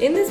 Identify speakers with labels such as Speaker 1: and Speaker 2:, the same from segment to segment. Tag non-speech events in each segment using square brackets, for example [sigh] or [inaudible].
Speaker 1: In this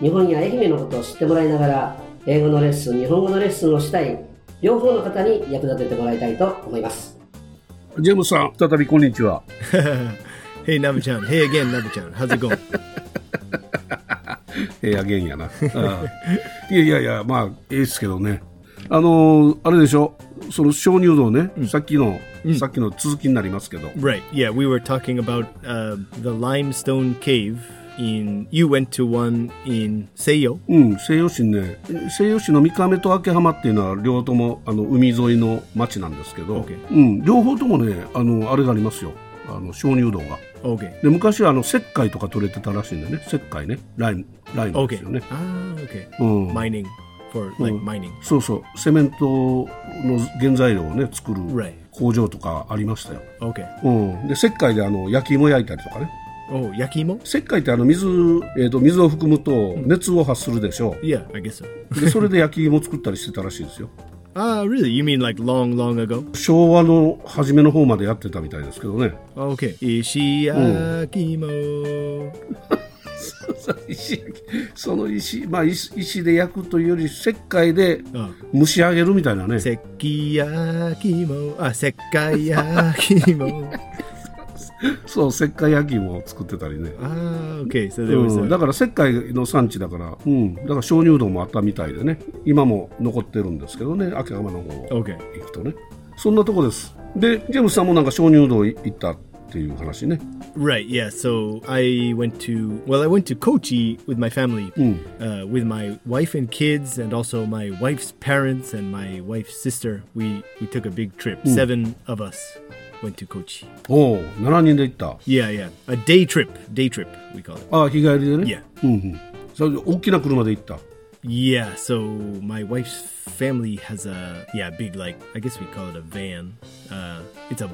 Speaker 2: 日本や愛媛のことを知ってもらいながら英語のレッスン日本語のレッスンをしたい両方の方に役立ててもらいたいと思います
Speaker 3: ジェームスさん、再びこんにちは。
Speaker 4: [laughs] hey, Nabachan. Hey again, Nabachan. How's it going?
Speaker 3: ええ、あげん [laughs] やな。いやいやいや、まあ、ええっすけどね。あのーあれでしょ、その鍾乳洞ね、さっきの、さっきの続きになりますけど、
Speaker 4: right. Yeah, we were talking about uh, the limestone cave in. You went to one in Seiyo.
Speaker 3: うん、西予市ね、西予市の三亀と秋浜っていうのは、両方ともあの海沿いの町なんですけど、
Speaker 4: Okay.
Speaker 3: うん、両方ともね、あの、あれがありますよ、あの鍾乳洞が。
Speaker 4: Okay.
Speaker 3: で昔はあの石灰とか取れてたらしいんだよね、石灰ね、ライム、ライム
Speaker 4: Okay.
Speaker 3: ですよね。
Speaker 4: Ah, okay.
Speaker 3: Mm.
Speaker 4: Mining for like mining.
Speaker 3: そうそう、セメントの原材料をね、作る
Speaker 4: Right.
Speaker 3: 工場とかありましたよ。
Speaker 4: Okay.
Speaker 3: うん、で石灰であの焼き芋焼いたりとかね
Speaker 4: Oh, yakimo?
Speaker 3: 石灰ってあの水,、えー、と水を含むと熱を発するでしょ
Speaker 4: Yeah, I guess so.
Speaker 3: うでそれで焼き芋作ったりしてたらしいですよ [laughs]
Speaker 4: Ah, really? You mean like long, long ago?
Speaker 3: 昭和の初めの方までやってたみたいですけどね
Speaker 4: Okay. Ishiyakimo.
Speaker 3: 石焼きその石,、まあ、石石で焼くというより石灰で
Speaker 4: あ
Speaker 3: 蒸し上げるみたいなね
Speaker 4: Sekiyakimo. Ah, Sekayakimo.
Speaker 3: そう石灰焼き芋を作ってたりね
Speaker 4: ah, okay. So there was
Speaker 3: う
Speaker 4: a.
Speaker 3: ん、だから石灰の産地だから、うん、だから鍾乳洞もあったみたいでね今も残ってるんですけどね秋浜の方は
Speaker 4: Okay.
Speaker 3: 行くとねそんなとこですでジェームスさんもなんか鍾乳洞行ったっていう話ね
Speaker 4: Right, yeah. So I went to, well, I went to Kochi with my family, uh, with my wife and kids, and also my wife's parents and my wife's sister. We we took a big trip. Seven of us went to Kochi.
Speaker 3: おお7人で行った
Speaker 4: Yeah, yeah. A day trip. Day trip, we call it.
Speaker 3: ああ日帰りでね
Speaker 4: Yeah.
Speaker 3: うんうんそれで大きな車で行った
Speaker 4: Yeah, so my wife's family has a, yeah, big, like, I guess we call it a van. Uh, it's a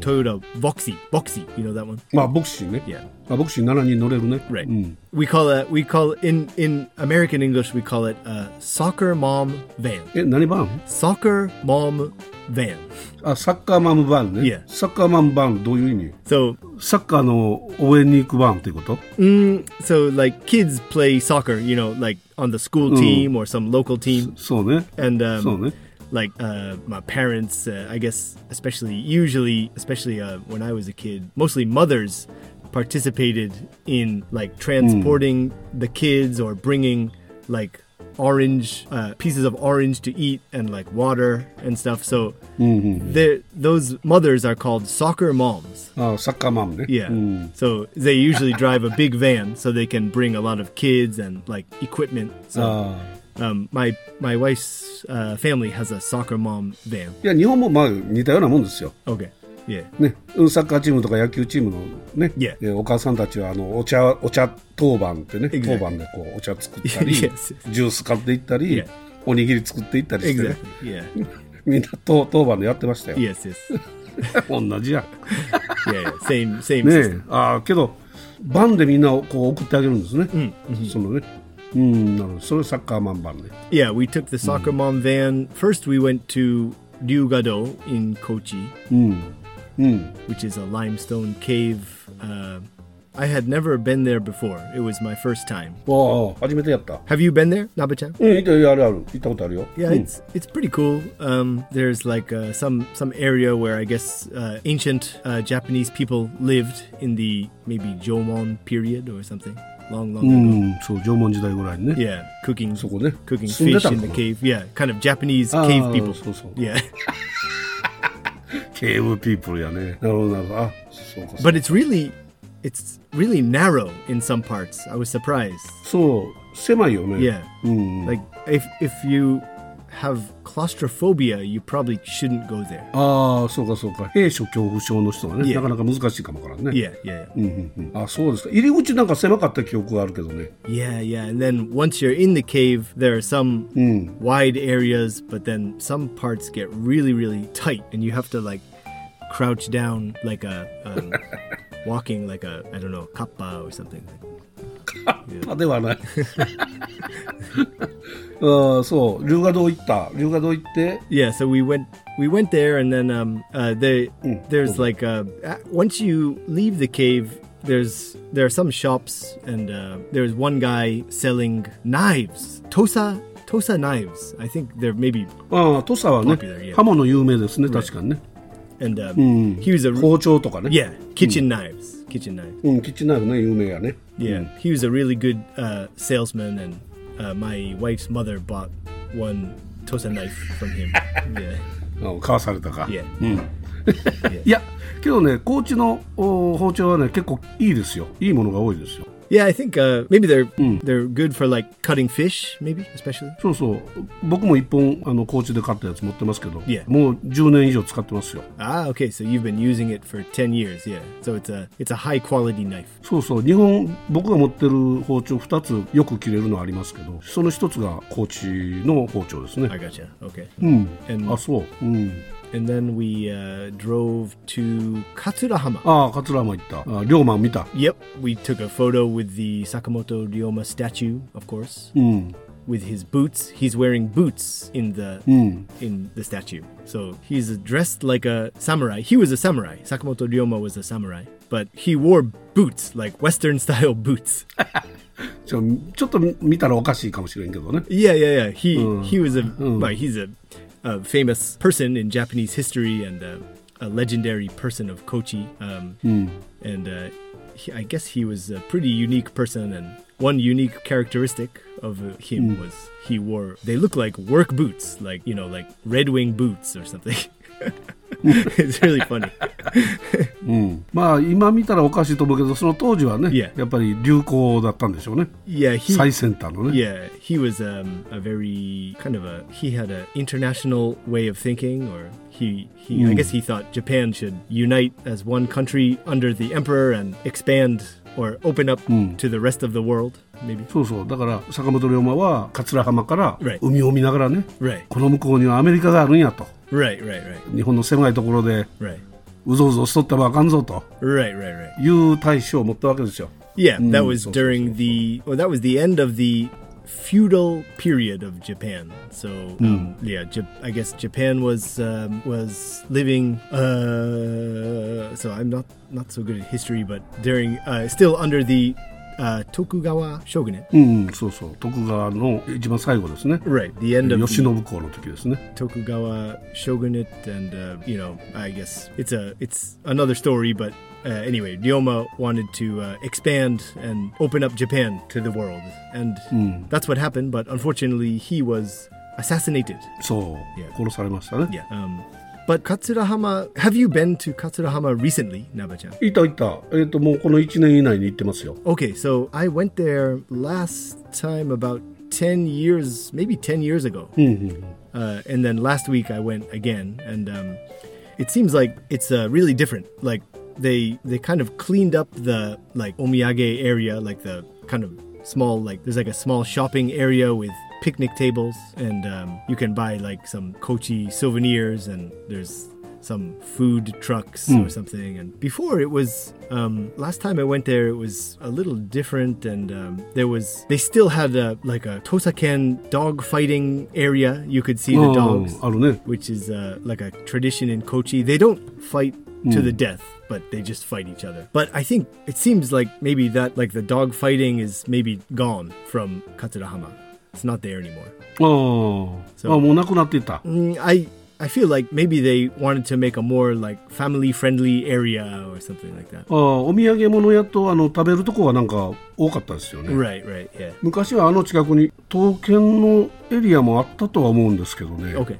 Speaker 4: Toyota Voxy. Voxy, you know that one?
Speaker 3: まあボクシーね
Speaker 4: Yeah.
Speaker 3: あボクシー7人乗れるね
Speaker 4: Right.
Speaker 3: うん
Speaker 4: Mm. We call that we call in in American English we call it a soccer mom van.
Speaker 3: え何番
Speaker 4: Soccer mom van.
Speaker 3: あサッカーマンバンね、
Speaker 4: Yeah.
Speaker 3: サッカーマンバンどういう意味
Speaker 4: So
Speaker 3: サッカーの応援に行くバンっていうこと
Speaker 4: mm, so like kids play soccer, you know, like on the school team or some local team,
Speaker 3: そうね
Speaker 4: and
Speaker 3: そうね
Speaker 4: um, like uh, my parents, uh, I guess especially usually especially uh, when I was a kid, mostly mothers participated in like transporting the kids or bringing like orange uh, pieces of orange to eat and like water and stuff. So they're those mothers are called soccer moms.
Speaker 3: あサッカーマンね
Speaker 4: Yeah.
Speaker 3: うん
Speaker 4: So they usually drive a big van so they can bring a lot of kids and like equipment. So
Speaker 3: ああ
Speaker 4: um, my my wife's uh, family has a soccer mom van.
Speaker 3: いや日本もまあ似たようなもんですよ
Speaker 4: Okay. Yeah.
Speaker 3: ね、うんサッカーチームとか野球チームのね、
Speaker 4: いえ
Speaker 3: えーお母さんたちはあのお茶お茶当番ってね、
Speaker 4: Exactly.
Speaker 3: 当番でこうお茶作ったり、ジ
Speaker 4: [laughs] Yes,
Speaker 3: ュ
Speaker 4: yes.
Speaker 3: ース買っていったり、
Speaker 4: いえ
Speaker 3: おにぎり作っていったりして、ね
Speaker 4: Exactly. Yeah.
Speaker 3: みんな当当番でやってましたよ。
Speaker 4: yes. Yes. Yeah.
Speaker 3: 同
Speaker 4: [laughs]
Speaker 3: じや。
Speaker 4: yeah. Same. Same.
Speaker 3: ねえ
Speaker 4: system.、
Speaker 3: ああけどバンでみんなをこう送ってあげるんですね。そのね、うんなるほどそれサッカーマンバンね。
Speaker 4: Yeah. We took the soccer mom van. First, we went to Ryugado in Kochi,
Speaker 3: うん、
Speaker 4: which is a limestone cave. Uh, I had never been there before. It was my first time.
Speaker 3: ああ初めてやった。
Speaker 4: Have you been there, Nabachan?
Speaker 3: うん、いたいやあるある行ったことあるよ。
Speaker 4: Yeah,
Speaker 3: うん
Speaker 4: it's it's pretty cool. Um, there's like uh, some some area where I guess uh, ancient uh, Japanese people lived in the maybe Jomon period or something, long
Speaker 3: う
Speaker 4: long ago.
Speaker 3: ん、そう縄文時代ぐらいにね。
Speaker 4: Yeah, cooking
Speaker 3: そこね
Speaker 4: cooking
Speaker 3: 住んで
Speaker 4: fish
Speaker 3: た
Speaker 4: in
Speaker 3: のか
Speaker 4: the
Speaker 3: な
Speaker 4: cave. Yeah, kind of Japanese
Speaker 3: あー
Speaker 4: cave people.
Speaker 3: そうそう
Speaker 4: Yeah, [laughs]
Speaker 3: ケーブピープルやね。なるほど、なるほど。あ、そうか。そう
Speaker 4: but it's really it's really narrow in some parts. I was surprised.
Speaker 3: そう、狭いよね。
Speaker 4: Yeah,
Speaker 3: うん。
Speaker 4: like if if you have claustrophobia, you probably shouldn't go there.
Speaker 3: Ah. ああ、そうかそうか。閉所恐怖症の人はね、
Speaker 4: いや
Speaker 3: なかなか難しいかもわからんね。
Speaker 4: Yeah, yeah,
Speaker 3: う
Speaker 4: yeah.
Speaker 3: んうんうん、あそうですか。入り口なんか狭かった記憶があるけどね。
Speaker 4: Yeah, yeah. And then once you're in the cave, there are some
Speaker 3: Mm.
Speaker 4: wide areas, but then some parts get really, really tight, and you have to like crouch down like a um, walking like a I don't know kappa or something.
Speaker 3: [laughs] あではない。ああ、そう。龍河洞行った。龍河洞行って、
Speaker 4: Yeah, so we went we went there, and then um, uh, they, there's like uh, a, once you leave the cave, there's there are some shops, and uh, there's one guy selling knives, tosa tosa knives. I think they're maybe,
Speaker 3: ああ、土佐はね
Speaker 4: Popular, yeah.、
Speaker 3: 刃物有名ですね、確かにね。
Speaker 4: and um, he was a
Speaker 3: 包丁とかね。
Speaker 4: yeah kitchen knives, kitchen knives.
Speaker 3: うん、キッチンナイフね、有名やね。
Speaker 4: Yeah, he was a really good uh, salesman, and uh, my wife's mother bought one tosa knife from him. yeah,
Speaker 3: うん、買わされたか。
Speaker 4: yeah,
Speaker 3: いや、けどね、高知のお包丁はね、結構いいですよ。いいものが多いですよ。
Speaker 4: yeah. I think uh, maybe they're they're good for like cutting fish, maybe especially.
Speaker 3: そうそう。僕も一本、あの、高知で買ったやつ持ってますけど、
Speaker 4: いや
Speaker 3: もう10年以上使ってますよ。
Speaker 4: Ah, okay. So you've been using it for ten years, yeah. So it's a it's a high quality knife.
Speaker 3: そうそう。日本、僕が持ってる包丁2つよく切れるのありますけど、その1つが高知の包丁ですね
Speaker 4: I。gotcha. Okay.
Speaker 3: うん。
Speaker 4: And
Speaker 3: あ、そう。うん。
Speaker 4: and then we uh, drove to Katsurahama.
Speaker 3: ああ、桂浜行った。あ龍馬見た。
Speaker 4: Yep, we took a photo with the Sakamoto Ryoma statue, of course.
Speaker 3: うん。
Speaker 4: with his boots. He's wearing boots in the in the statue. So he's dressed like a samurai. He was a samurai. Sakamoto Ryoma was a samurai, but he wore boots, like Western [laughs] style boots.
Speaker 3: ちょちょっと見たらおかしいかもしれんけどね。
Speaker 4: yeah, yeah, yeah. He he was a well, he's a, a famous person in Japanese history and a, a legendary person of Kochi. Um, And uh, he, I guess he was a pretty unique person. And one unique characteristic of uh, him was he wore they look like work boots, like you know, like Red Wing boots or something. [laughs] it's really funny.
Speaker 3: まあ今見たらおかしいと思うけどその当時はね、
Speaker 4: いや
Speaker 3: やっぱり流行だったんでしょうね
Speaker 4: Yeah, he
Speaker 3: 最先端のね
Speaker 4: Yeah, he was um, a very kind of a he had an international way of thinking, or he he I guess he thought Japan should unite as one country under the emperor and expand or open up to the rest of the world, maybe.
Speaker 3: そうそうだから坂本龍馬は桂浜から
Speaker 4: Right.
Speaker 3: 海を見ながらね、
Speaker 4: Right,
Speaker 3: この向こうにはアメリカがあるんやと
Speaker 4: right, right, right,
Speaker 3: 日本の狭いところで
Speaker 4: right,
Speaker 3: うぞうぞしとってはあかんぞと
Speaker 4: right, right, right.
Speaker 3: いう大志を持ったわけですよ
Speaker 4: Yeah, that was during the well, that was the end of the feudal period of Japan. So um, yeah, Jap I guess Japan was um, was living. Uh, so I'm not not so good at history, but during uh, still under the uh, Tokugawa shogunate.
Speaker 3: うん、うん、そうそう徳川の一番最後ですね
Speaker 4: Right, the end of the-
Speaker 3: 慶喜公の時ですね
Speaker 4: Tokugawa shogunate, and uh, you know, I guess it's a it's another story. But uh, anyway, Ryoma wanted to uh, expand and open up Japan to the world, and that's what happened. But unfortunately, he was assassinated.
Speaker 3: そう、
Speaker 4: Yeah.
Speaker 3: 殺されましたね
Speaker 4: Yeah. Um, but Katsurahama, have you been to Katsurahama recently, Naba-chan?
Speaker 3: いたいたえっ、ともうこの1年以内に行ってますよ
Speaker 4: Okay, so I went there last time about ten years, maybe ten years ago.
Speaker 3: うんうん
Speaker 4: uh, and then last week I went again, and um, it seems like it's uh, really different. Like they they kind of cleaned up the like omiyage area, like the kind of small like there's like a small shopping area with picnic tables, and um, you can buy like some Kochi souvenirs, and there's some food trucks or something. And before it was, um, last time I went there, it was a little different, and um, there was they still had a like a Tosaken dog fighting area. You could see the
Speaker 3: あ
Speaker 4: dogs,
Speaker 3: ーあるね
Speaker 4: which is uh, like a tradition in Kochi. They don't fight to the death. But they just fight each other. But I think it seems like maybe that, like the dog fighting, is maybe gone from Katsurahama. It's not there anymore.
Speaker 3: あーあもうなくなっていた
Speaker 4: Mm, I I feel like maybe they wanted to make a more like family friendly area or something like that.
Speaker 3: ああお土産物屋とあの食べるとこはなんか多かったですよね
Speaker 4: Right, right, yeah.
Speaker 3: 昔はあの近くに刀剣のエリアもあったとは思うんですけどね
Speaker 4: Okay.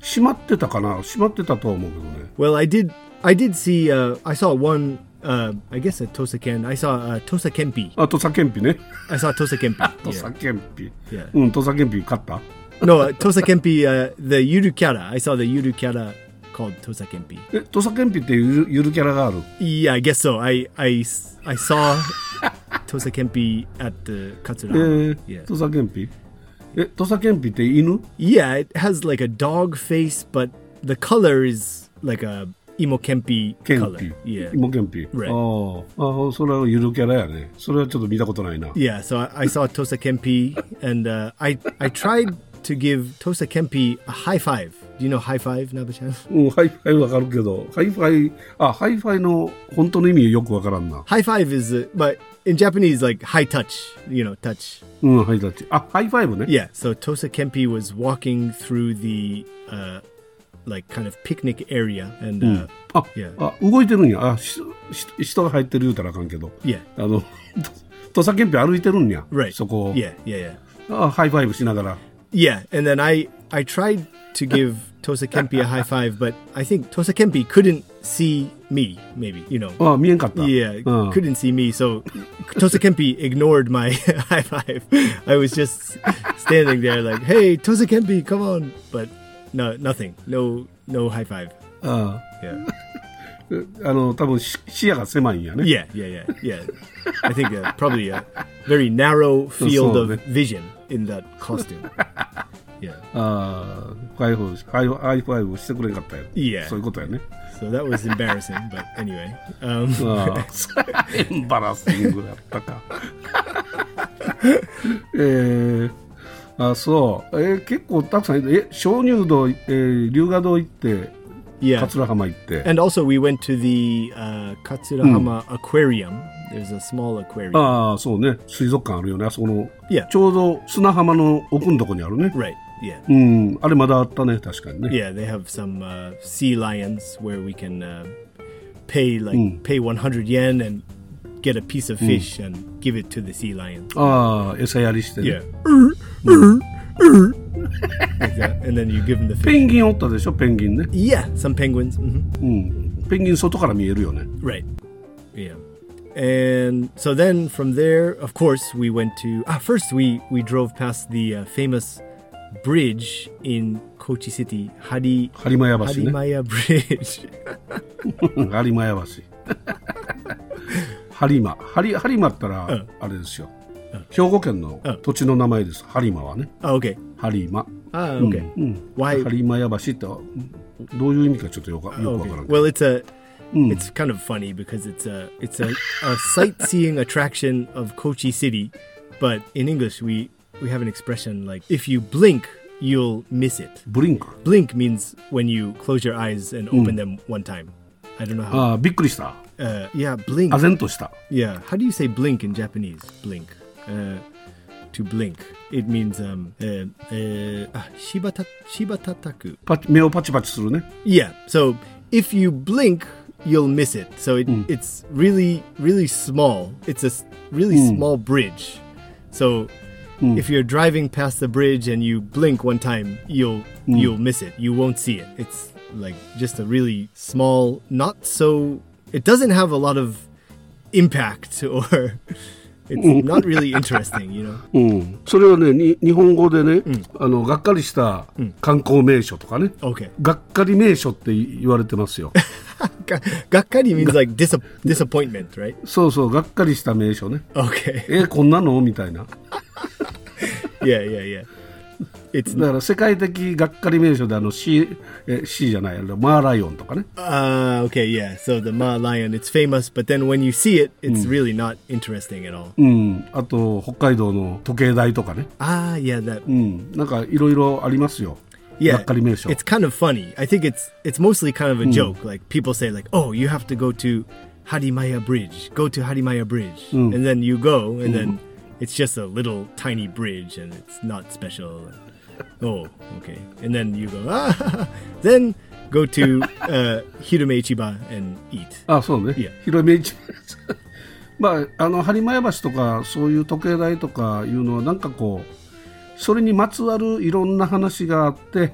Speaker 3: 閉まってたかな閉まってたとは思うけどね
Speaker 4: Well, I did I did see uh I saw one uh I guess a Tosaken. I saw uh, Tosa Kempi.
Speaker 3: あ土佐憲兵ね [laughs]
Speaker 4: I saw Tosa Kempi.
Speaker 3: 土佐憲兵
Speaker 4: Yeah.
Speaker 3: うん土佐憲兵買った
Speaker 4: yeah. no, uh, Tosa Kempi, uh, the Yuru Kyara. I saw the Yuru Kyara called Tosa Kempi.
Speaker 3: え、土佐憲兵っていうゆるゆるキャラがある。
Speaker 4: Yeah, I guess so. I I, s- I saw Tosa Kempi at the
Speaker 3: え
Speaker 4: Katsurahama.
Speaker 3: ー、
Speaker 4: yeah.
Speaker 3: 土佐憲兵え、土佐憲兵って犬
Speaker 4: Yeah, it has like a dog face, but the color is like a imo kempi
Speaker 3: 憲
Speaker 4: color.
Speaker 3: 兵
Speaker 4: Yeah.
Speaker 3: 芋憲兵。あ
Speaker 4: Right.
Speaker 3: あ、ああそれはゆるキャラやね。それはちょっと見たことないな。
Speaker 4: Yeah, so I, I saw Tosa Kempi and uh, I I tried to give Tosa Kempi a high five. Do you know high five, Nabachan?
Speaker 3: うん、ハイファイわかるけど、ハイファイ、あ、ハイファイの本当の意味よくわからんな。
Speaker 4: [laughs] High five is uh, but in Japanese like high touch, you know, touch.
Speaker 3: うん、ハイタッチ。あ、ハイファイブね。
Speaker 4: Yeah, so Tosa Kempi was walking through the uh, like kind of picnic area and uh,
Speaker 3: あ、
Speaker 4: Yeah.
Speaker 3: あ動いてるんや。あ、しし人が入ってる言うたらあかんけど。
Speaker 4: Yeah.
Speaker 3: あの、土佐憲兵歩いてるんや。
Speaker 4: right.
Speaker 3: そこを。
Speaker 4: Yeah, yeah, yeah.
Speaker 3: あ、ハイファイブしながら。
Speaker 4: Yeah, and then I I tried to give Tosa Kempi a high five, but I think Tosa Kempi couldn't see me. Maybe you know.
Speaker 3: あ、見えんかった。
Speaker 4: Yeah,
Speaker 3: うん、
Speaker 4: couldn't see me, so Tosa Kempi ignored my [laughs] high five. I was just standing there like, "Hey, Tosa Kempi, come on!" But no, nothing. No, no high five.
Speaker 3: あ
Speaker 4: Yeah,
Speaker 3: あの、多分し視野が狭いんやね。
Speaker 4: yeah, yeah, yeah, yeah. I think uh, probably a very narrow field
Speaker 3: So, man.
Speaker 4: of vision in that costume. Yeah.
Speaker 3: ああ、ハイファイブ、ハイファイハイファイブしてくれんかったよ。
Speaker 4: いや
Speaker 3: そういうことや [laughs] ね。
Speaker 4: So that was embarrassing, but anyway. Um,
Speaker 3: ああ、エンバラスティングだったか。 [laughs] えー、あそう、えー結構たくさんいる、え、鍾乳洞、えー龍河洞行って、
Speaker 4: [laughs] yeah.
Speaker 3: 桂浜行って、
Speaker 4: And also, we went to the uh, Katsurahama Aquarium. There's a small aquarium.
Speaker 3: ああ、そうね、水族館あるよね、あそこの、
Speaker 4: いや
Speaker 3: ちょうど砂浜の奥のとこにあるね。
Speaker 4: right. Yeah.
Speaker 3: うん、あれまだあったね、確かにね。
Speaker 4: Yeah. They have some uh, sea lions where we can uh, pay like pay 100 yen and get a piece of fish and give it to the sea lion.
Speaker 3: ああ、餌やりしてね。
Speaker 4: Yeah. like that. And then you give them the fish.
Speaker 3: ペンギンおったでしょ、ペンギンね。
Speaker 4: Yeah. Some penguins. hmm
Speaker 3: うん。ペンギン外から見えるよね。
Speaker 4: Right. Yeah. And so then from there, of course, we went to ah first we we drove past the uh, famous bridge in Kochi city, Hari
Speaker 3: 播磨屋橋ね。
Speaker 4: Harimaya [laughs] Bridge.
Speaker 3: うん播磨屋橋。播磨。播播磨ったら、あれですよ。兵庫県の土地の名前です。播磨はね。
Speaker 4: oh, okay.
Speaker 3: 播磨。
Speaker 4: Ah, okay.
Speaker 3: うん。
Speaker 4: Why-
Speaker 3: 播磨屋橋って、どういう意味かちょっとよくよくわ
Speaker 4: okay. Mm.
Speaker 3: からんけど。
Speaker 4: Well, it's a it's kind of funny because it's a it's a, a sightseeing attraction of Kochi city, but in English we we have an expression like if you blink, you'll miss it.
Speaker 3: ブリンク。
Speaker 4: Blink means when you close your eyes and open them one time. I don't know how.
Speaker 3: ああ、びっくりした。
Speaker 4: Uh, yeah, blink.
Speaker 3: 唖然とした。
Speaker 4: Yeah. How do you say blink in Japanese? Blink. Uh, to blink. It means um uh, uh, ah, shibata shibatataku.
Speaker 3: パチ目をパチパチするね。
Speaker 4: Yeah. So if you blink, you'll miss it. So it, it's really really small. It's a s- really small bridge. So if you're driving past the bridge and you blink one time, you'll you'll miss it. You won't see it. It's like just a really small, not so it doesn't have a lot of impact or it's not really interesting, you know.
Speaker 3: うん。それはね、に日本語でね、あの、がっかりした観光名所とかね。
Speaker 4: Okay.
Speaker 3: がっかり名所って言われてますよ。
Speaker 4: Ga- Gakkari means like dis- disappointment, right?
Speaker 3: そうそう、がっかりした名所ね。
Speaker 4: Okay.
Speaker 3: え、こんなのみたいな。
Speaker 4: Yeah, yeah, yeah. It's
Speaker 3: だから世界的がっかり名所であの C, え C じゃないあのマーライオンとかね。
Speaker 4: Uh, okay, yeah. So the Ma Lion, it's famous, but then when you see it, it's really not interesting
Speaker 3: Mm.
Speaker 4: at all.
Speaker 3: うん。あと、北海道の時計台とかね。
Speaker 4: Ah, yeah, that.
Speaker 3: うん。なんかいろいろありますよ。
Speaker 4: Yeah,
Speaker 3: がっかり名所。
Speaker 4: It's kind of funny. I think it's it's mostly kind of a joke. Like people say, like, oh, you have to go to Harimaya Bridge. Go to Harimaya Bridge, and then you go, and then it's just a little tiny bridge, and it's not special. oh, okay. And then you go, [laughs] ah, then go to uh, Hirume Ichiba and eat.
Speaker 3: あ、そうね
Speaker 4: いや。
Speaker 3: 広め市。 [laughs] まあ、あの、播磨屋橋とか、そういう時計台とかいうのは、なんかこう、それにまつわるいろんな話があって、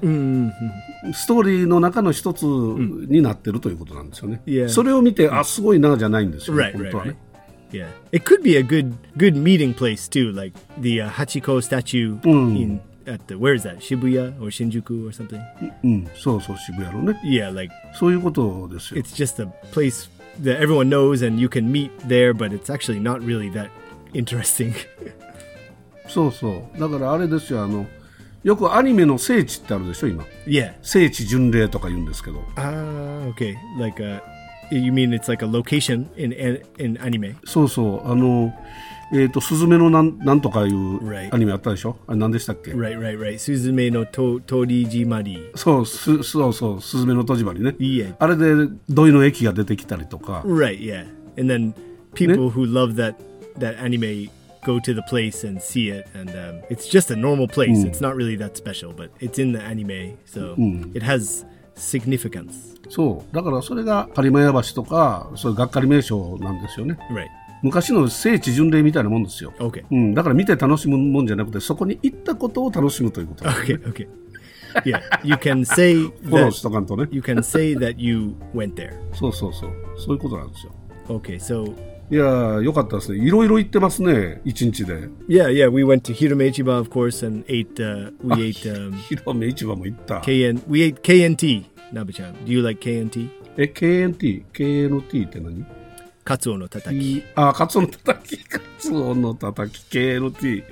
Speaker 3: ストーリーの中の一つになってるということなんですよね。
Speaker 4: いや
Speaker 3: それを見て、あ、すごいな、じゃないんですよ、
Speaker 4: Right,
Speaker 3: 本
Speaker 4: right,
Speaker 3: 当はね
Speaker 4: right.。Yeah, it could be a good good meeting place too, like the uh, Hachiko statue in at the where is that Shibuya or Shinjuku or something?
Speaker 3: うん、そうそう、渋谷のね。
Speaker 4: Yeah, like
Speaker 3: そういうことですよ。
Speaker 4: it's just a place that everyone knows and you can meet there, but it's actually not really that interesting. [laughs]
Speaker 3: そうそう。だからあれですよ、あの、よくアニメの聖地ってあるでしょ、今。
Speaker 4: yeah.
Speaker 3: 聖地巡礼とか言うんですけど。
Speaker 4: Ah, okay. Like uh you mean it's like a location in an- in anime?
Speaker 3: そうそう、あの、えっ、と、すずめのなんなんとかいう
Speaker 4: Right.
Speaker 3: アニメあったでしょあれ何でしたっけ、
Speaker 4: Right, right, right. Suzume no to- Torijimari.
Speaker 3: そう、す、そうそう、すずめの戸締まりね。
Speaker 4: いいえ
Speaker 3: あれで、土井の駅が出てきたりとか。
Speaker 4: Right, yeah. And then people who love that that anime go to the place and see it, and um, it's just a normal place. It's not really that special, but it's in the anime, so it has significance.
Speaker 3: そう。だからそれが、播磨屋橋とか、そういうがっかり名所なんですよね。
Speaker 4: Right.
Speaker 3: 昔の聖地巡礼みたいなもんですよ。
Speaker 4: Okay.
Speaker 3: うん、だから見て楽しむもんじゃなくて、そこに行ったことを楽しむという [laughs] こと。
Speaker 4: [laughs] Okay. Okay. Yeah, you can say
Speaker 3: フォローし
Speaker 4: that
Speaker 3: とかんとね。
Speaker 4: you can say that you went there.
Speaker 3: そうそうそう。そういうことなんですよ。
Speaker 4: Okay, so
Speaker 3: いやー、よかったですね。いろいろ行ってますね、一日で。
Speaker 4: yeah, yeah, we went to Hiromechiba, of course, and ate. Uh, we ate um,
Speaker 3: 広め市場も行った。
Speaker 4: KN. We ate KNT. Nabe-chan, do you like KNT?
Speaker 3: え、KNT、KNT って何
Speaker 4: Katsuo no tataki.
Speaker 3: T あ、カツオのたたき、カツオのたたき、KNT。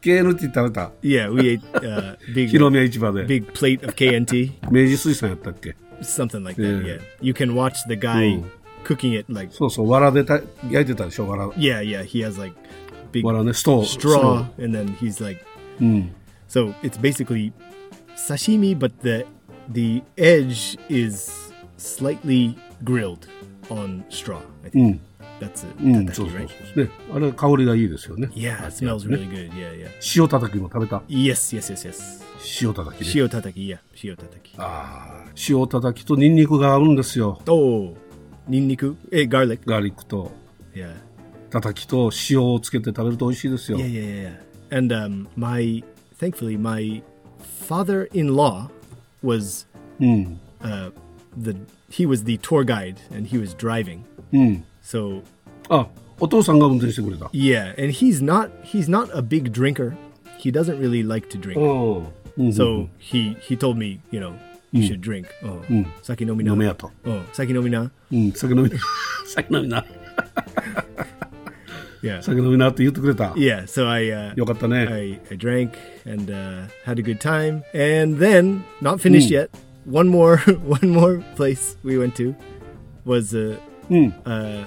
Speaker 3: KNT 食べた。
Speaker 4: Yeah, we ate uh, big
Speaker 3: 広め市場で。
Speaker 4: big plate of KNT,
Speaker 3: 明治水産やったっけ
Speaker 4: something like that.
Speaker 3: Yeah.
Speaker 4: Yeah, you can watch the guy
Speaker 3: Mm.
Speaker 4: cooking it. Like,
Speaker 3: そうそう、わらでた焼いてたでしょ、わら。
Speaker 4: yeah, yeah, he has like big
Speaker 3: わらね、ストー。
Speaker 4: straw, and then he's like, so it's basically sashimi, but the the edge is slightly grilled on straw. I think that's it.
Speaker 3: うん、そうそう
Speaker 4: right?
Speaker 3: そう。ね、あれ、香りがいいですよね。
Speaker 4: Yeah, it smells really good. Yeah, yeah.
Speaker 3: 塩たたきも食べた。
Speaker 4: Yes, yes, yes, yes.
Speaker 3: 塩たたき、ね。
Speaker 4: Shio tataki. Yeah, shio
Speaker 3: Ah.
Speaker 4: tataki.
Speaker 3: あー塩たたきとニンニクが合うんですよ。
Speaker 4: Oh, ninniku, eh, garlic.
Speaker 3: ガーリックと
Speaker 4: Yeah.
Speaker 3: たたきと塩をつけて食べると美味しいですよ。
Speaker 4: Yeah, yeah, yeah, yeah. And um, my, thankfully, my father-in-law was, uh, the he was the tour guide and he was driving. So
Speaker 3: あ、お父さんが運転してくれた。
Speaker 4: yeah, and he's not he's not a big drinker. He doesn't really like to drink.
Speaker 3: うん。うん
Speaker 4: So he he told me, you know, you should drink. Oh, sake nomina.
Speaker 3: 飲めやと。
Speaker 4: Oh, sake nomina.
Speaker 3: うん、酒飲みな。 [laughs] 酒飲みな。
Speaker 4: Yeah.
Speaker 3: 酒飲みなって言ってくれた。
Speaker 4: Yeah, so I uh,
Speaker 3: よかったね。
Speaker 4: I, I drank and uh, had a good time, and then not finished yet. One more, [laughs] one more place we went to was uh,
Speaker 3: うん。
Speaker 4: uh,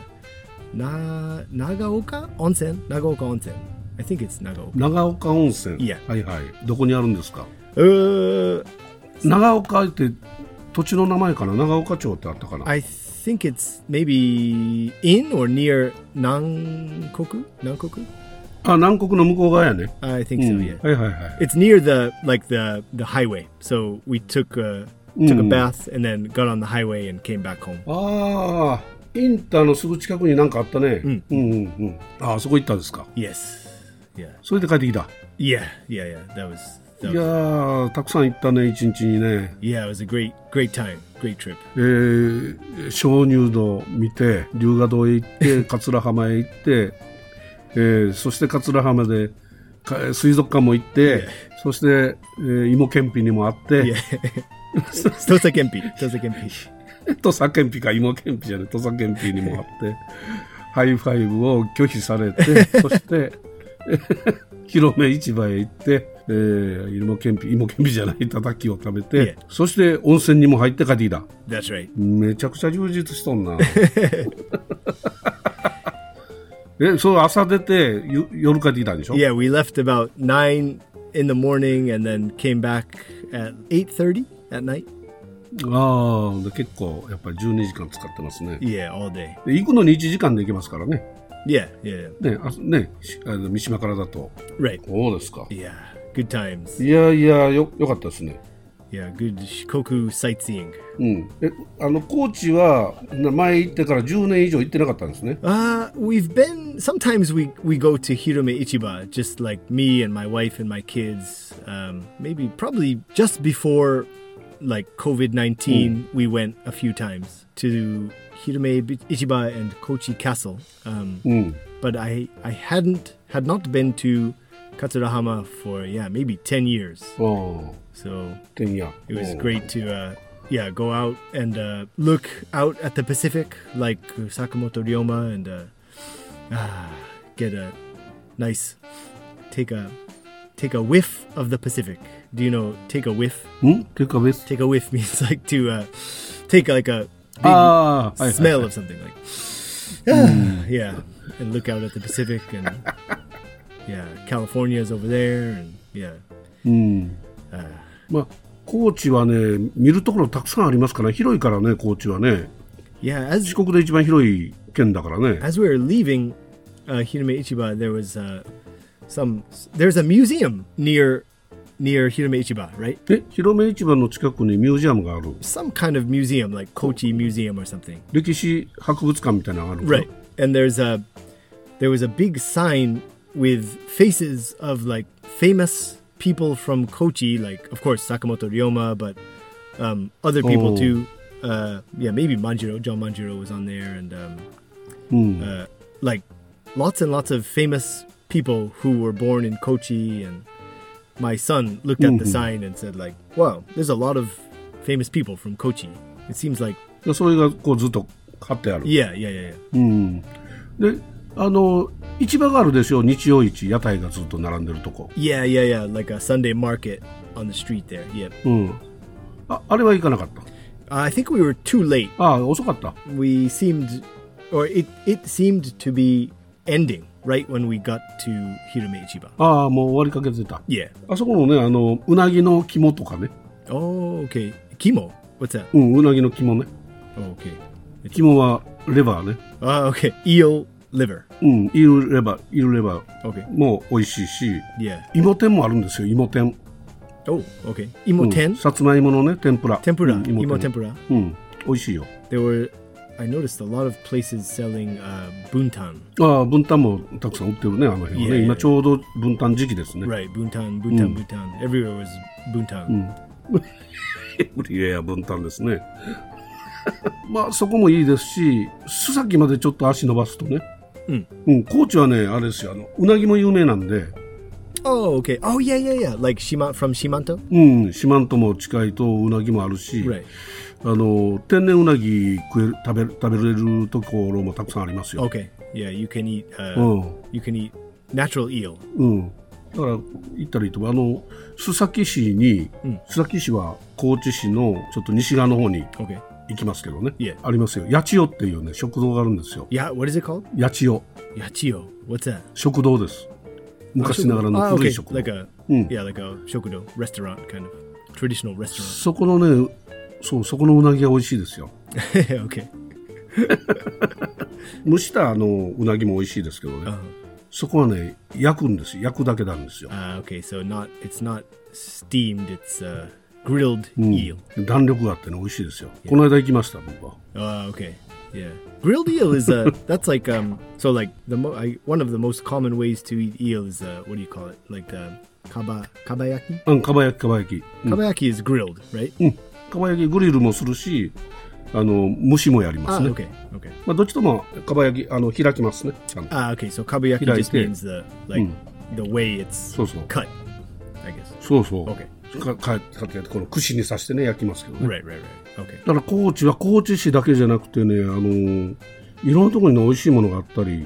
Speaker 4: Na Nagaoka Onsen, Nagaoka Onsen. I think it's Nagaoka.
Speaker 3: 長岡温泉。
Speaker 4: いや
Speaker 3: はいはい。どこにあるんですか
Speaker 4: Uh,
Speaker 3: 長岡って土地の名前かな長岡町ってあったかな
Speaker 4: I think it's maybe in or near Nankoku. Nankoku.
Speaker 3: あ、南国の向こう側やね。
Speaker 4: I think
Speaker 3: うん
Speaker 4: so. Yeah.
Speaker 3: はいはいはい。
Speaker 4: It's near the like the the highway. So we took uh, took a bath and then got on the highway and came back home.
Speaker 3: ああ、インターのすぐ近くになんかあったね。うん。うんうんうん。ああ、そこ行ったんですか。
Speaker 4: Yes. Yeah.
Speaker 3: それで帰ってきた。
Speaker 4: Yeah. Yeah. Yeah. That was. That
Speaker 3: いや
Speaker 4: Was,
Speaker 3: ー、たくさん行ったね、一日にね。
Speaker 4: yeah. It was a great, great time. Great [laughs] trip.
Speaker 3: えー、鍾乳洞見て、龍河洞へ行
Speaker 4: [laughs]
Speaker 3: って、桂浜へ行って、えー、そして桂浜で、か水族館も行って、そして、えー、芋けんぴにもあって、
Speaker 4: Tosa Kempi. Tosa Kempi.
Speaker 3: [laughs] 土佐けんぴか芋けんぴじゃない土佐けんぴに
Speaker 4: [laughs]
Speaker 3: もあってハイファイブを拒否されてそして [laughs] 広め市場へ行って、えー、芋けんぴ芋けんぴじゃないたたきを食べて、
Speaker 4: いえ
Speaker 3: そして温泉にも入って帰ってきた
Speaker 4: [laughs] That's right.
Speaker 3: めちゃくちゃ充実しとんな [laughs] えそう朝出てゆ夜帰ってきたんでしょ
Speaker 4: Yeah. We left about nine in the morning and then came back at eight thirty at night.
Speaker 3: ああで結構やっぱり12時間使ってますね
Speaker 4: Yeah. All day.
Speaker 3: で行くのに1時間で行けますからね
Speaker 4: Yeah. Yeah.
Speaker 3: ねあねしあの三島からだと
Speaker 4: Right.
Speaker 3: そうですか。
Speaker 4: Yeah. Good times.
Speaker 3: いやいや、よ、よかったですね。
Speaker 4: Yeah. Good Shikoku sightseeing.
Speaker 3: うん。え、あの、高知は、な前行ってから10年以上行ってなかったんですね。
Speaker 4: Uh, we've been. Sometimes we we go to Hirome Ichiba, just like me and my wife and my kids. Um, maybe probably just before, like COVID nineteen, we went a few times to Hirome Bi- Ichiba and Kochi Castle. Um, But I I hadn't had not been to Katsurahama for yeah maybe ten years.
Speaker 3: お
Speaker 4: So
Speaker 3: てんや。
Speaker 4: it was great to uh, yeah go out and uh, look out at the Pacific like Sakamoto Ryoma and uh, ah, get a nice take a take a whiff of the Pacific. Do you know take a whiff?
Speaker 3: んていうか別
Speaker 4: Take a whiff [laughs] means like to uh, take like a big
Speaker 3: ああ、はいはい
Speaker 4: smell of something like ah, yeah and look out at the Pacific and yeah California's over there and yeah
Speaker 3: まあ、高知はね、見るところたくさんありますから、広いからね、高知はね。
Speaker 4: yeah as
Speaker 3: 四国で一番広い県だからね。
Speaker 4: as we were leaving uh, Hirame Ichiba, there was uh, some. There's a museum near near Hirame Ichiba, right?
Speaker 3: え、広め市場の近くにミュージアムがある。
Speaker 4: Some kind of museum, like Kochi Museum or something,
Speaker 3: 歴史博物館みたいなのがあるの。
Speaker 4: right? And there's a there was a big sign with faces of like famous people from Kochi, like of course Sakamoto Ryoma, but um, other people
Speaker 3: Oh.
Speaker 4: too. Uh, yeah, maybe Manjiro, John Manjiro was on there, and um,
Speaker 3: うん。
Speaker 4: uh, like lots and lots of famous people who were born in Kochi and my son looked at the sign and said like wow there's a lot of famous people from Kochi it seems like
Speaker 3: でそれがこうずっと貼ってある。
Speaker 4: yeah yeah yeah, yeah.
Speaker 3: うん。で、あの、市場があるでしょ、日曜市、屋台がずっと並んでるとこ。
Speaker 4: yeah yeah yeah like a Sunday market on the street there yeah Uh,
Speaker 3: うん。あ、あれは行かなかった。
Speaker 4: I think we were too late
Speaker 3: ああ、遅かった。
Speaker 4: we seemed or it it seemed to be ending right when we got to Hirame Ichiba
Speaker 3: ああ、もう終わりかけてた。
Speaker 4: yeah
Speaker 3: あそこのね、あの、うなぎの肝とかね。
Speaker 4: oh okay Kimo what's that
Speaker 3: うん、うなぎの肝ね。
Speaker 4: oh, okay It's-
Speaker 3: 肝はレバーね。
Speaker 4: ah okay eel liver
Speaker 3: うん、いるレバー、いるレバー
Speaker 4: okay
Speaker 3: も美味しいし、
Speaker 4: yeah
Speaker 3: 芋天もあるんですよ、芋天。
Speaker 4: Oh, okay.
Speaker 3: うん
Speaker 4: Imoten,
Speaker 3: さつまいものね、天ぷら。
Speaker 4: tempura,
Speaker 3: うん
Speaker 4: mm, imo tempura.
Speaker 3: うん、美味しいよ。
Speaker 4: There were, I noticed a lot of places selling uh, buntan.
Speaker 3: ああ、分担もたくさん売ってるね、あの辺はね。
Speaker 4: いやいや
Speaker 3: 今ちょうど分担時期ですね。
Speaker 4: Right, Mm. buntan, buntan, buntan. Everywhere was buntan.
Speaker 3: 売り上げは分担ですね。 [laughs] まあそこもいいですし、須崎までちょっと足伸ばすとね。
Speaker 4: うん。
Speaker 3: うん、高知はね、あれですよ、あの、うなぎも有名なんで、
Speaker 4: Oh, okay. Oh, yeah, yeah, yeah. Like Shima from Shimanto.
Speaker 3: うん、四万十も近いとうなぎもあるし、
Speaker 4: Right.
Speaker 3: あの、天然うなぎ食える、食べる、食べれるところもたくさんありますよ。
Speaker 4: Okay. Yeah, you can eat. Uh,
Speaker 3: Oh.
Speaker 4: You can eat natural eel.
Speaker 3: うん。だから、行ったらいいと思う。あの、須崎市に、須崎市は高知市のちょっと西側の方に
Speaker 4: Okay.
Speaker 3: 行きますけどね。
Speaker 4: いえ
Speaker 3: ありますよ。八千代っていうね、食堂があるんですよ。
Speaker 4: Yeah. What is it called?
Speaker 3: 八千代。
Speaker 4: Yachio. What's that?
Speaker 3: 食堂です。昔ながら
Speaker 4: Ah,
Speaker 3: の古
Speaker 4: okay.
Speaker 3: い食堂。
Speaker 4: Like a
Speaker 3: うん。
Speaker 4: yeah, like a shokudo restaurant kind of
Speaker 3: [laughs]
Speaker 4: traditional restaurant. [laughs]
Speaker 3: そこのね、そう、そこのうなぎが美味しいですよ。
Speaker 4: okay.
Speaker 3: 蒸したあのうなぎも美味しいですけどね。そこはね、焼くんですよ。焼くだけなんですよ。
Speaker 4: Uh, okay. So not it's not steamed. It's uh, grilled
Speaker 3: Hmm.
Speaker 4: eel.
Speaker 3: 弾力があってね、美味しいですよ。この間行きました、僕は。
Speaker 4: Oh, okay. Yeah. Grilled eel is uh that's like um so like the mo- I, one of the most common ways to eat eel is uh what do you call it? Like the kaba kabayaki.
Speaker 3: うん、かば焼き、かば焼き。
Speaker 4: Kabayaki is grilled, right?
Speaker 3: うん。かば焼き、グリルもするし、あの、蒸しもやりま
Speaker 4: Ah,
Speaker 3: すね。
Speaker 4: okay. Okay.
Speaker 3: まあ、どっちとも、かば焼き、あの、開きますね。ちゃんと。
Speaker 4: Ah, okay. So kabayaki
Speaker 3: Like
Speaker 4: just
Speaker 3: it.
Speaker 4: means the like the way it's
Speaker 3: そうそう。
Speaker 4: cut, I guess.
Speaker 3: そうそう。
Speaker 4: Okay.
Speaker 3: か、か、かってやって、この串に刺してね、焼きますけどね。
Speaker 4: Right, right, right. Okay.
Speaker 3: だから高知は高知市だけじゃなくてね、あのいろんなところにね美味しいものがあったり、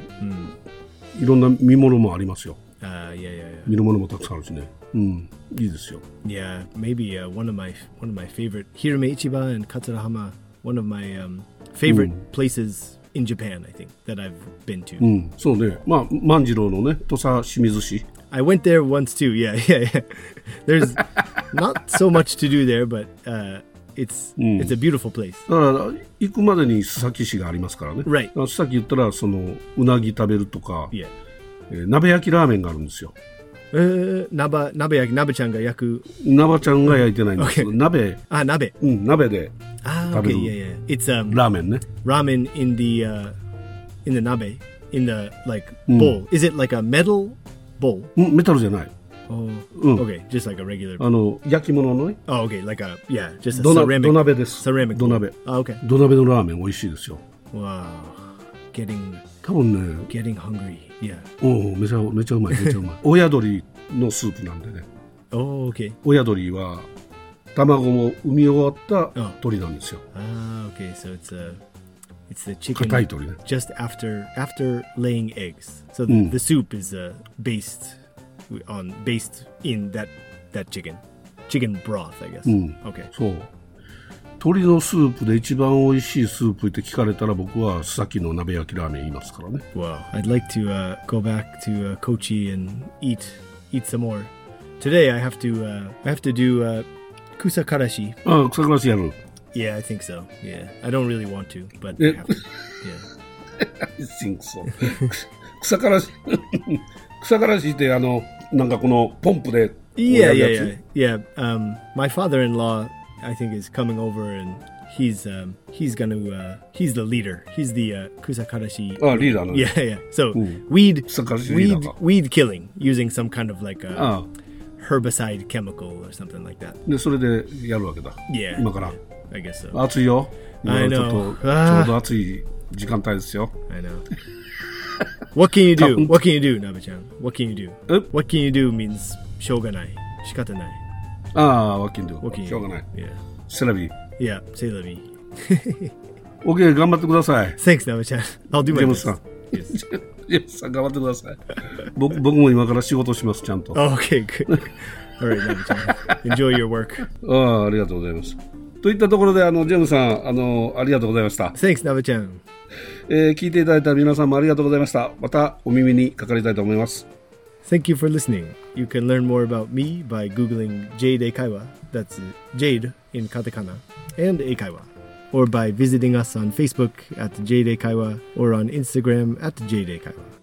Speaker 3: いろんな見物もありますよ。
Speaker 4: Uh, yeah, yeah, yeah.
Speaker 3: 見るものもたくさんあるしね。うん、いいですよ。
Speaker 4: Yeah, maybe uh, one of my one of my favorite Hirame Ichiba and Katsurahama, one of my um, favorite places in Japan, I think that I've been to.
Speaker 3: うん、そうね。まあ、万次郎のね、土佐清水市。
Speaker 4: I went there once too. Yeah, [laughs] yeah, yeah. There's not so much to do there, but uh, it's it's a beautiful place.
Speaker 3: だから、行くまでに須崎市がありますからね。
Speaker 4: Right.
Speaker 3: だから須崎言ったら、その、うなぎ食べるとか、
Speaker 4: Yeah.
Speaker 3: えー鍋焼きラーメンがあるんですよ。
Speaker 4: Uh, naba nabe nabe chan ga yaku
Speaker 3: なばちゃんが焼いてないんですけど、鍋、
Speaker 4: ah nabe
Speaker 3: うん、鍋で
Speaker 4: ah
Speaker 3: Nabe.
Speaker 4: okay yeah yeah it's um
Speaker 3: ラーメンね。
Speaker 4: ramen in the uh, in the nabe in the like bowl is it like a metal bowl
Speaker 3: うん、メタルじゃない。
Speaker 4: Oh,
Speaker 3: Mm.
Speaker 4: okay, just like a regular.
Speaker 3: あの、焼き物のね、
Speaker 4: Oh, okay, like a yeah, just a
Speaker 3: 土な
Speaker 4: ceramic.
Speaker 3: 土鍋です。
Speaker 4: ceramic.
Speaker 3: 土鍋。
Speaker 4: Oh, okay.
Speaker 3: 土鍋のラーメン美味しいですよ
Speaker 4: Wow, getting
Speaker 3: 多分ね
Speaker 4: getting hungry. Yeah. [laughs]
Speaker 3: おおめちゃめちゃうまいめちゃうまい親鳥のスープなんでね
Speaker 4: Oh, okay.
Speaker 3: 親鳥は卵も産み終わった鳥なんですよ
Speaker 4: Ah, okay. So it's a, it's the
Speaker 3: 硬い
Speaker 4: chicken
Speaker 3: 鳥ね
Speaker 4: just after after laying eggs. So the, the soup is uh, based w- on based in that that chicken, chicken broth, I guess. Okay.
Speaker 3: そう鶏のスープで一番美味しいスープって聞かれたら僕は須崎の鍋焼きラーメン言いますからね
Speaker 4: Wow. I'd like to uh, go back to uh, Kochi and eat eat some more. Today I have to uh, I have to do uh, kusakarashi.
Speaker 3: ああ草倉市やる
Speaker 4: Yeah, I think so. Yeah, I don't really want to, but I
Speaker 3: Yeah.
Speaker 4: have to. Yeah.
Speaker 3: I think so [laughs] 草からし [laughs] 草からしってあのなんかこのポンプでこう
Speaker 4: Yeah,
Speaker 3: やる
Speaker 4: yeah,
Speaker 3: やつ
Speaker 4: yeah, yeah. Um, my father-in-law, I think, is coming over, and he's um, he's gonna uh, he's the leader. He's the uh, kusakarashi.
Speaker 3: ああリーダーの
Speaker 4: [laughs] Yeah, yeah. So weed
Speaker 3: Oh. Kusakarashi
Speaker 4: weed
Speaker 3: leader. Ah.
Speaker 4: weed killing using some kind of like a
Speaker 3: ああ
Speaker 4: herbicide chemical or something like that.
Speaker 3: でそれでやるわけだ
Speaker 4: Yeah.
Speaker 3: 今から
Speaker 4: I guess so.
Speaker 3: 暑いよ今
Speaker 4: I
Speaker 3: ち
Speaker 4: know.
Speaker 3: ょっとち
Speaker 4: あ
Speaker 3: ょ
Speaker 4: あ
Speaker 3: うど暑い時間帯ですよ
Speaker 4: I know. what can you do?
Speaker 3: Captain.
Speaker 4: What can you do, Nabe-chan? What can you do?
Speaker 3: Oop.
Speaker 4: What can you do means shoganai, shikatanai.
Speaker 3: ああワッキンド
Speaker 4: What can
Speaker 3: ゥ
Speaker 4: you?
Speaker 3: しょうがない
Speaker 4: do? Yeah.
Speaker 3: セラビー
Speaker 4: Yeah. Say let me.
Speaker 3: OK 頑張ってください
Speaker 4: Thanks, Nabe-chan. [laughs] I'll do my best.
Speaker 3: Jameson.
Speaker 4: Yes.
Speaker 3: いやさん頑張ってください僕僕も今から仕事しますちゃんと
Speaker 4: [laughs] Okay, good. All right, Nabe-chan. Enjoy your work.
Speaker 3: ああありがとうございますといったところであのジェームさんあのありがとうございました、
Speaker 4: Thanks, Nabe-chan.
Speaker 3: えー聞いていただいた皆さんもありがとうございましたまたお耳にかかりたいと思います
Speaker 4: Thank you for listening. You can learn more about me by Googling Jade Eikaiwa, that's Jade in katakana, and Eikaiwa, or by visiting us on Facebook at Jade Eikaiwa or on Instagram at Jade Eikaiwa.